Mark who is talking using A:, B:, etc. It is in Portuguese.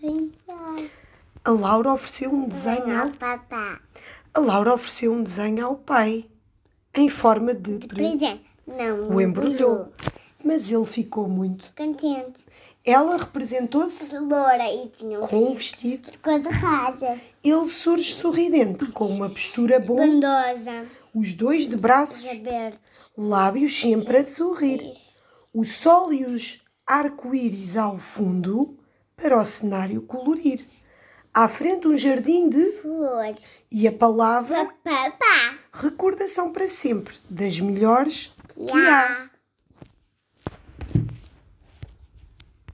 A: desenhar.
B: A Laura ofereceu um desenho ao...
A: Não, papá.
B: A Laura ofereceu um desenho ao pai em forma de pre-
A: Presente. é. Não.
B: Hum. o embrulhou. Mas ele ficou muito.
A: Contente.
B: Ela representou-se
A: Loura e tinha um
B: com um vestido.
A: de cor de rosa.
B: Ele surge sorridente, com uma postura boa,
A: Bondosa.
B: os dois de braços,
A: Aberto.
B: lábios sempre a sorrir. O sol e os arco-íris ao fundo para o cenário colorir. À frente um jardim de
A: Flores.
B: e a palavra
A: Papá.
B: recordação para sempre das melhores que
A: Que há.
B: há.